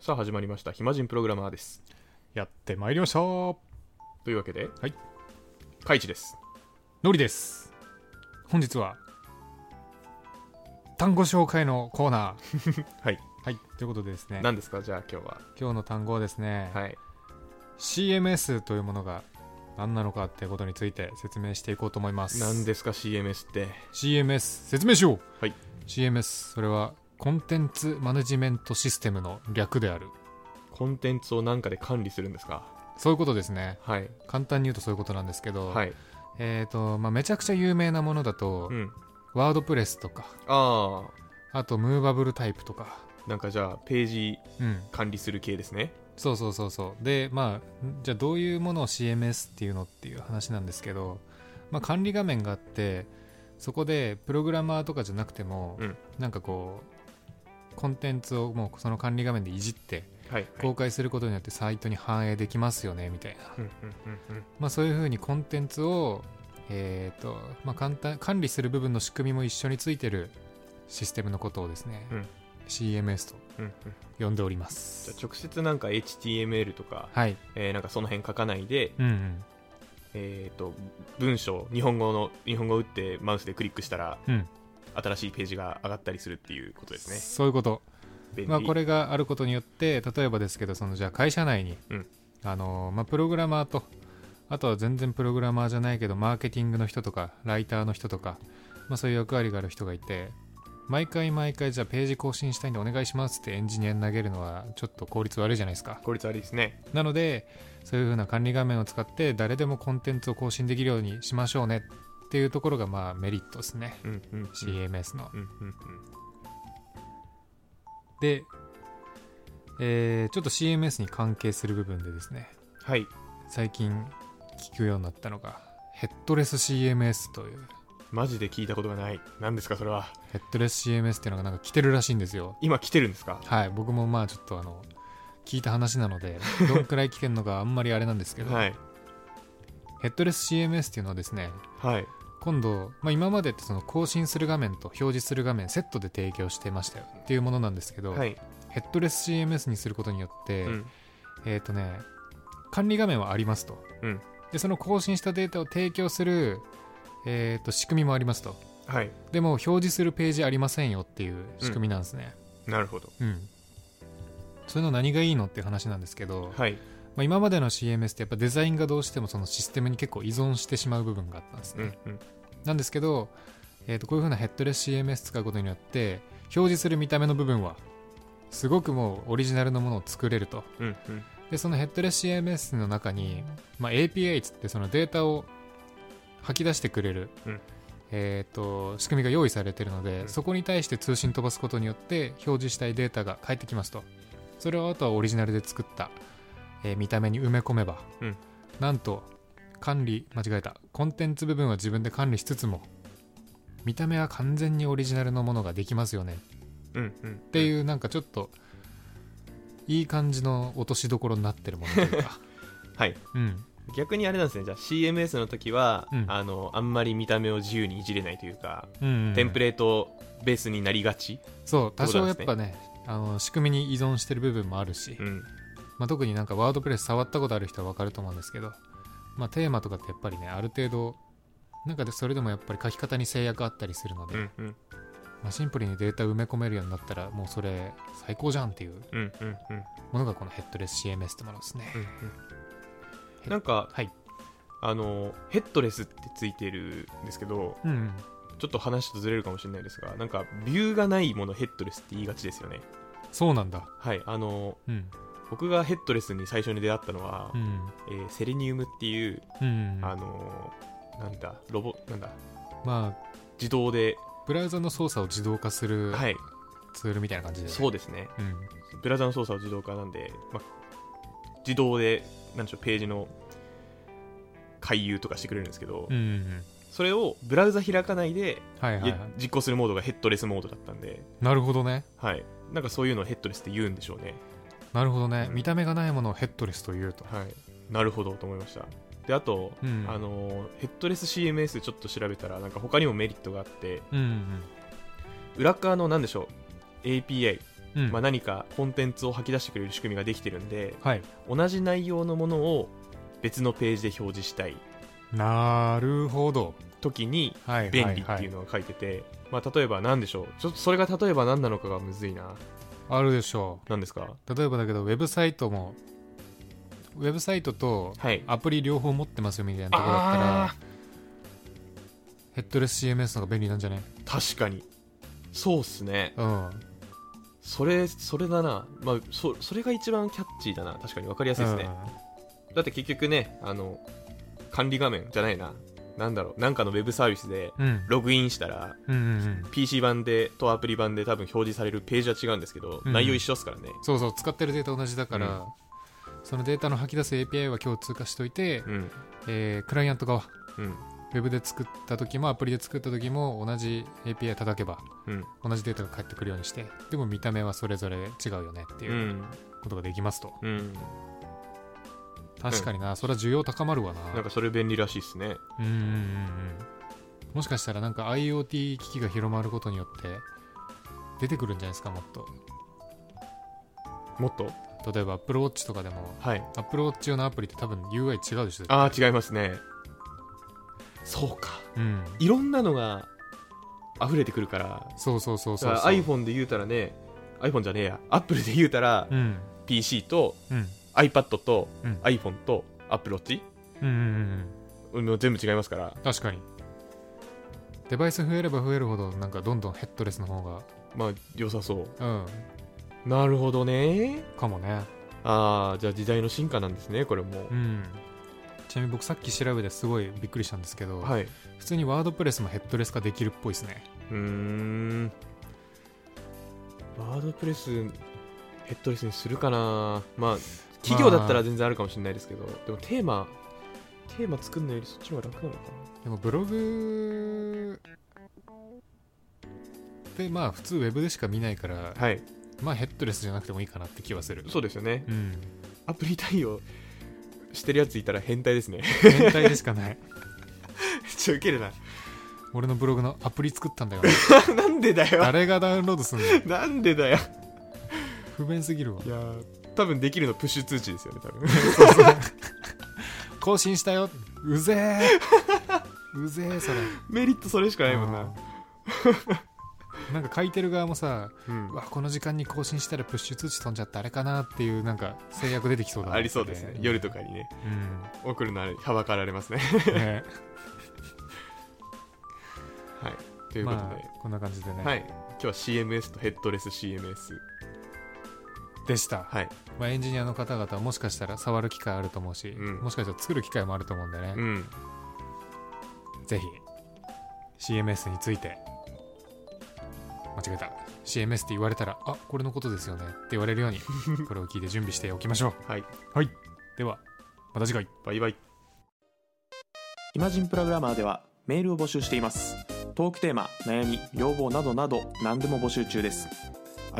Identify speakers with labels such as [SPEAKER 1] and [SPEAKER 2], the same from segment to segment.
[SPEAKER 1] さあ始まりました暇人プログラマーです
[SPEAKER 2] やってまいりましたの
[SPEAKER 1] というわけではいカイチです
[SPEAKER 2] りです本日は単語紹介のコーナー
[SPEAKER 1] はい
[SPEAKER 2] はいということでですね
[SPEAKER 1] 何ですかじゃあ今日は
[SPEAKER 2] 今日の単語はですね、
[SPEAKER 1] はい
[SPEAKER 2] CMS というものが何なのかってことについて説明していこうと思います
[SPEAKER 1] 何ですか CMS って
[SPEAKER 2] CMS 説明しよう
[SPEAKER 1] はい
[SPEAKER 2] CMS それはコンテンツマネジメントシステムの略である
[SPEAKER 1] コンテンツを何かで管理するんですか
[SPEAKER 2] そういうことですね
[SPEAKER 1] はい
[SPEAKER 2] 簡単に言うとそういうことなんですけど、
[SPEAKER 1] はい
[SPEAKER 2] えっ、と、まあ、めちゃくちゃ有名なものだと、
[SPEAKER 1] うん
[SPEAKER 2] ワードプレスとか
[SPEAKER 1] あ
[SPEAKER 2] あとムーバブルタイプとか
[SPEAKER 1] あなんかじゃあページ
[SPEAKER 2] うん
[SPEAKER 1] 管理する系ですね
[SPEAKER 2] そうそうそうそうでまあんじゃあどういうものを CMS っていうのっていう話なんですけど、まあ、管理画面があってそこでプログラマーとかじゃなくても、
[SPEAKER 1] うん
[SPEAKER 2] なんかこうコンテンツをもうその管理画面でいじって
[SPEAKER 1] はい
[SPEAKER 2] 公開することによってサイトに反映できますよねみたいな、
[SPEAKER 1] うんうんうんうん
[SPEAKER 2] まあ、そういうふうにコンテンツを、えーとまあ、簡単管理する部分の仕組みも一緒についてるシステムのことをですね、
[SPEAKER 1] うん
[SPEAKER 2] CMS と
[SPEAKER 1] うんうん
[SPEAKER 2] 呼んでおります
[SPEAKER 1] じゃあ直接なんか HTML とか、
[SPEAKER 2] はい、
[SPEAKER 1] えーなんかその辺書かないで、
[SPEAKER 2] うんうん、
[SPEAKER 1] えっ、と、文章、日本語の、日本語を打ってマウスでクリックしたら、
[SPEAKER 2] うん
[SPEAKER 1] 新しいページが上がったりするっていうことですね。
[SPEAKER 2] そういうこと、
[SPEAKER 1] 便利。
[SPEAKER 2] まあ、これがあることによって例えばですけどそのじゃあ会社内に、
[SPEAKER 1] うん
[SPEAKER 2] あのまあ、プログラマーとあとは全然プログラマーじゃないけどマーケティングの人とかライターの人とか、まあ、そういう役割がある人がいて毎回毎回じゃあページ更新したいんでお願いしますってエンジニアに投げるのはちょっと効率悪いじゃないですか
[SPEAKER 1] 効率悪いですね。
[SPEAKER 2] なのでそういう風な管理画面を使って誰でもコンテンツを更新できるようにしましょうねっていうところがまあメリットですね
[SPEAKER 1] うんうんうん。
[SPEAKER 2] CMS の
[SPEAKER 1] うんうんうん。
[SPEAKER 2] で、えーちょっと CMS に関係する部分でですね
[SPEAKER 1] はい。
[SPEAKER 2] 最近聞くようになったのがヘッドレス CMS という
[SPEAKER 1] マジで聞いたことがない。何ですか、それは。
[SPEAKER 2] ヘッドレス CMS っていうのがなんか来てるらしいんですよ
[SPEAKER 1] 今来てるんですか
[SPEAKER 2] はい僕もまあちょっとあの聞いた話なのでどんくらい来てるのかあんまりあれなんですけど、
[SPEAKER 1] はい。
[SPEAKER 2] ヘッドレス CMS っていうのはですね
[SPEAKER 1] はい。
[SPEAKER 2] 今度、まあ、今までってその更新する画面と表示する画面セットで提供してましたよっていうものなんですけど、
[SPEAKER 1] はい。
[SPEAKER 2] ヘッドレス CMS にすることによって、
[SPEAKER 1] うん。
[SPEAKER 2] えっ、とね、管理画面はありますと。
[SPEAKER 1] うん
[SPEAKER 2] で、その更新したデータを提供する、えっ、と、仕組みもありますと。
[SPEAKER 1] はい。
[SPEAKER 2] でも、表示するページありませんよっていう仕組みなんですね。
[SPEAKER 1] なるほど。
[SPEAKER 2] うん。そういうの何がいいのっていう話なんですけど、
[SPEAKER 1] はい。
[SPEAKER 2] まあ、今までの CMS ってやっぱデザインがどうしてもそのシステムに結構依存してしまう部分があったんです
[SPEAKER 1] う
[SPEAKER 2] ね。
[SPEAKER 1] んうん。
[SPEAKER 2] なんですけど、えー、とこういう風なヘッドレス CMS 使うことによって表示する見た目の部分はすごくもうオリジナルのものを作れると
[SPEAKER 1] うんうん。
[SPEAKER 2] でそのヘッドレス CMS の中に、まあ、API つってそのデータを吐き出してくれる、
[SPEAKER 1] うん
[SPEAKER 2] えー、と仕組みが用意されているので、
[SPEAKER 1] うん
[SPEAKER 2] そこに対して通信飛ばすことによって表示したいデータが返ってきますとそれをあとはオリジナルで作った、えー見た目に埋め込めば、
[SPEAKER 1] うん
[SPEAKER 2] なんと管理間違えたコンテンツ部分は自分で管理しつつも見た目は完全にオリジナルのものができますよね
[SPEAKER 1] うんうん。っ
[SPEAKER 2] って
[SPEAKER 1] う。
[SPEAKER 2] いうなんかちょっといい感じの落としどころになってるものというか
[SPEAKER 1] はい。
[SPEAKER 2] うん
[SPEAKER 1] 逆にあれなんですね。じゃあ CMS の時は、
[SPEAKER 2] うん
[SPEAKER 1] あの、あんまり見た目を自由にいじれないというか、
[SPEAKER 2] うん
[SPEAKER 1] テンプレートベースになりがち。
[SPEAKER 2] そう多少や
[SPEAKER 1] っ
[SPEAKER 2] って
[SPEAKER 1] こ
[SPEAKER 2] ぱねあの仕組みに依存してる部分もあるし、
[SPEAKER 1] うん。
[SPEAKER 2] まあ、特になんかワードプレス触ったことある人は分かると思うんですけど、まあ、テーマとかってやっぱりねある程度なんかでそれでもやっぱり書き方に制約あったりするので、
[SPEAKER 1] うんうん。
[SPEAKER 2] まあ、シンプルにデータ埋め込めるようになったらもうそれ最高じゃんっていう
[SPEAKER 1] うんうんうん。
[SPEAKER 2] ものがこのヘッドレス CMS ってものですね、
[SPEAKER 1] うんなんか、
[SPEAKER 2] はい
[SPEAKER 1] あのヘッドレスってついてるんですけど
[SPEAKER 2] うんうん
[SPEAKER 1] ちょっと話とずれるかもしれないですがなんかビューがないものヘッドレスって言いがちですよね
[SPEAKER 2] そうなんだ
[SPEAKER 1] はいあの
[SPEAKER 2] うん
[SPEAKER 1] 僕がヘッドレスに最初に出会ったのは、
[SPEAKER 2] うん
[SPEAKER 1] えーセレニウムっていう、
[SPEAKER 2] うん
[SPEAKER 1] あのなんだロボなんだ
[SPEAKER 2] まあ
[SPEAKER 1] 自動で、
[SPEAKER 2] ブラウザの操作を自動化する
[SPEAKER 1] はい
[SPEAKER 2] ツールみたいな感じで、
[SPEAKER 1] そうですね
[SPEAKER 2] うん、
[SPEAKER 1] ブラウザの操作を自動化なんで、ま、自動でなんでしょうページの回遊とかしてくれるんですけど、
[SPEAKER 2] うんうんうん
[SPEAKER 1] それをブラウザ開かないで
[SPEAKER 2] はいはい、
[SPEAKER 1] い
[SPEAKER 2] は
[SPEAKER 1] 実行するモードがヘッドレスモードだったんで、
[SPEAKER 2] い、なるほどね
[SPEAKER 1] はい、なんかそういうのをヘッドレスって言うんでしょうね、
[SPEAKER 2] なるほどね、
[SPEAKER 1] うん
[SPEAKER 2] 見た目がないものをヘッドレスというと、
[SPEAKER 1] はい、なるほどと思いましたであと、
[SPEAKER 2] うん
[SPEAKER 1] あのーヘッドレス CMS ちょっと調べたらなんか他にもメリットがあって
[SPEAKER 2] うんうん
[SPEAKER 1] 裏側の何でしょう API
[SPEAKER 2] うん
[SPEAKER 1] まあ、何かコンテンツを吐き出してくれる仕組みができてるんで
[SPEAKER 2] はい
[SPEAKER 1] 同じ内容のものを別のページで表示したい
[SPEAKER 2] なるほど
[SPEAKER 1] 時に
[SPEAKER 2] はい
[SPEAKER 1] 便利って
[SPEAKER 2] はいいうは
[SPEAKER 1] のが書いてて、まあ、例えば何でしょうちょっとそれが例えば何なのかがむずいない
[SPEAKER 2] あるでしょ
[SPEAKER 1] 何ですか
[SPEAKER 2] う例えばだけどウェブサイトもウェブサイトと
[SPEAKER 1] はい
[SPEAKER 2] アプリ両方持ってますよみたいなところだったらヘッドレス CMS の方が便利なんじゃね
[SPEAKER 1] 確かにそうっすね
[SPEAKER 2] うん
[SPEAKER 1] それそれだな、まあ、そそれが一番キャッチーだな確かに分かりやすいですね、だって結局ねあの管理画面じゃないななんだろうなんかのウェブサービスで
[SPEAKER 2] うんうん
[SPEAKER 1] ログインしたら
[SPEAKER 2] うんうんうん
[SPEAKER 1] PC 版でとアプリ版で多分表示されるページは違うんですけど、
[SPEAKER 2] うん
[SPEAKER 1] 内容一緒ですからね
[SPEAKER 2] そうそう使ってるデータ同じだから、そのデータの吐き出す API は今日通過しといて、
[SPEAKER 1] うん
[SPEAKER 2] えークライアント側
[SPEAKER 1] うん
[SPEAKER 2] ウェブで作った時もアプリで作った時も同じ API 叩けば
[SPEAKER 1] うん
[SPEAKER 2] 同じデータが返ってくるようにしてでも見た目はそれぞれ違うよねって
[SPEAKER 1] う
[SPEAKER 2] いうんことができますと、
[SPEAKER 1] うん
[SPEAKER 2] 確かになそれは需要高まるわな
[SPEAKER 1] なんかそれ便利らしいですね
[SPEAKER 2] うんうんうんうんもしかしたらなんか IoT 機器が広まることによって出てくるんじゃないですかもっと
[SPEAKER 1] もっと
[SPEAKER 2] 例えば AppleWatch とかでも
[SPEAKER 1] はい
[SPEAKER 2] AppleWatch 用のアプリって多分 UI 違うでしょ
[SPEAKER 1] ああ違いますねそうか
[SPEAKER 2] うん
[SPEAKER 1] いろんなのが溢れてくるから
[SPEAKER 2] そうそうそう
[SPEAKER 1] だ
[SPEAKER 2] そう
[SPEAKER 1] から
[SPEAKER 2] そう
[SPEAKER 1] iPhone で言うたらね iPhone じゃねえや Apple で言うたら
[SPEAKER 2] うん
[SPEAKER 1] PC と
[SPEAKER 2] うん、
[SPEAKER 1] iPad と
[SPEAKER 2] うん
[SPEAKER 1] iPhone と AppleWatch
[SPEAKER 2] うんうんうん
[SPEAKER 1] もう全部違いますから
[SPEAKER 2] うん確かにデバイス増えれば増えるほどなんかどんどんヘッドレスの方
[SPEAKER 1] まあ良さそ
[SPEAKER 2] がうん
[SPEAKER 1] うなるほどね
[SPEAKER 2] かもね
[SPEAKER 1] ああじゃあ時代の進化なんですねこれも
[SPEAKER 2] うんちなみに僕さっき調べてすごいびっくりしたんですけど、
[SPEAKER 1] はいう
[SPEAKER 2] 普通にワードプレスもヘッドレス化できるっぽいですね
[SPEAKER 1] ーんワードプレスヘッドレスにするかなまあ企業だったら全然あるかもしれないですけど、でもテーマテーマ作るのよりそっちの方が楽なのかな
[SPEAKER 2] でもブログでまあ普通ウェブでしか見ないから、
[SPEAKER 1] はい
[SPEAKER 2] まあヘッドレスじゃなくてもいいかなって気はする
[SPEAKER 1] そうですよね
[SPEAKER 2] うん
[SPEAKER 1] アプリ対応してるやついたら変態ですね
[SPEAKER 2] 変態でしかない
[SPEAKER 1] ちょウケるな
[SPEAKER 2] 俺のブログのアプリ作ったんだよね
[SPEAKER 1] なんでだよ
[SPEAKER 2] 誰がダウンロードすんの
[SPEAKER 1] なんでだよ
[SPEAKER 2] 不便すぎるわ
[SPEAKER 1] いやー多分できるのプッシュ通知ですよね多分
[SPEAKER 2] 更新したようぜえ うぜえそれ
[SPEAKER 1] メリットそれしかないもんな
[SPEAKER 2] うんなんか書いてる側もさ
[SPEAKER 1] うん
[SPEAKER 2] うわこの時間に更新したらプッシュ通知飛んじゃってあれかなっていうなんか制約出てきそうだな
[SPEAKER 1] ありそうですね夜とかにね
[SPEAKER 2] うん
[SPEAKER 1] 送るのはばかられます ね
[SPEAKER 2] ね
[SPEAKER 1] はいということで、
[SPEAKER 2] まあこんな感じでね、
[SPEAKER 1] はい今日は CMS とヘッドレス CMS
[SPEAKER 2] でした、
[SPEAKER 1] はい
[SPEAKER 2] まあ、エンジニアの方々はもしかしたら触る機会あると思うし、
[SPEAKER 1] うん
[SPEAKER 2] もしかしたら作る機会もあると思うんでね
[SPEAKER 1] う、ん
[SPEAKER 2] ぜひ CMS について間違えた CMS って言われたらあこれのことですよねって言われる ようにこれを聞いて準備しておきましょう
[SPEAKER 1] はい
[SPEAKER 2] ではまた次回
[SPEAKER 1] バイバイ
[SPEAKER 3] イマジンプログラマーではメールを募集していますトークテーマ悩み要望などなど何でも募集中です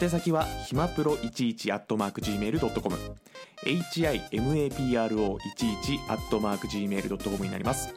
[SPEAKER 3] 宛先はひまプロ11 at mark gmail.com himapro11 at mark gmail.com になります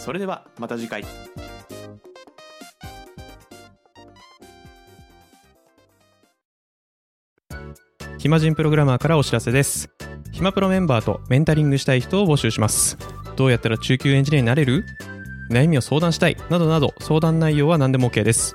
[SPEAKER 3] それではまた次回
[SPEAKER 4] 暇人プログラマーからお知らせです暇プロメンバーとメンタリングしたい人を募集しますどうやったら中級エンジニアになれる悩みを相談したいなどなど相談内容は何でも OK です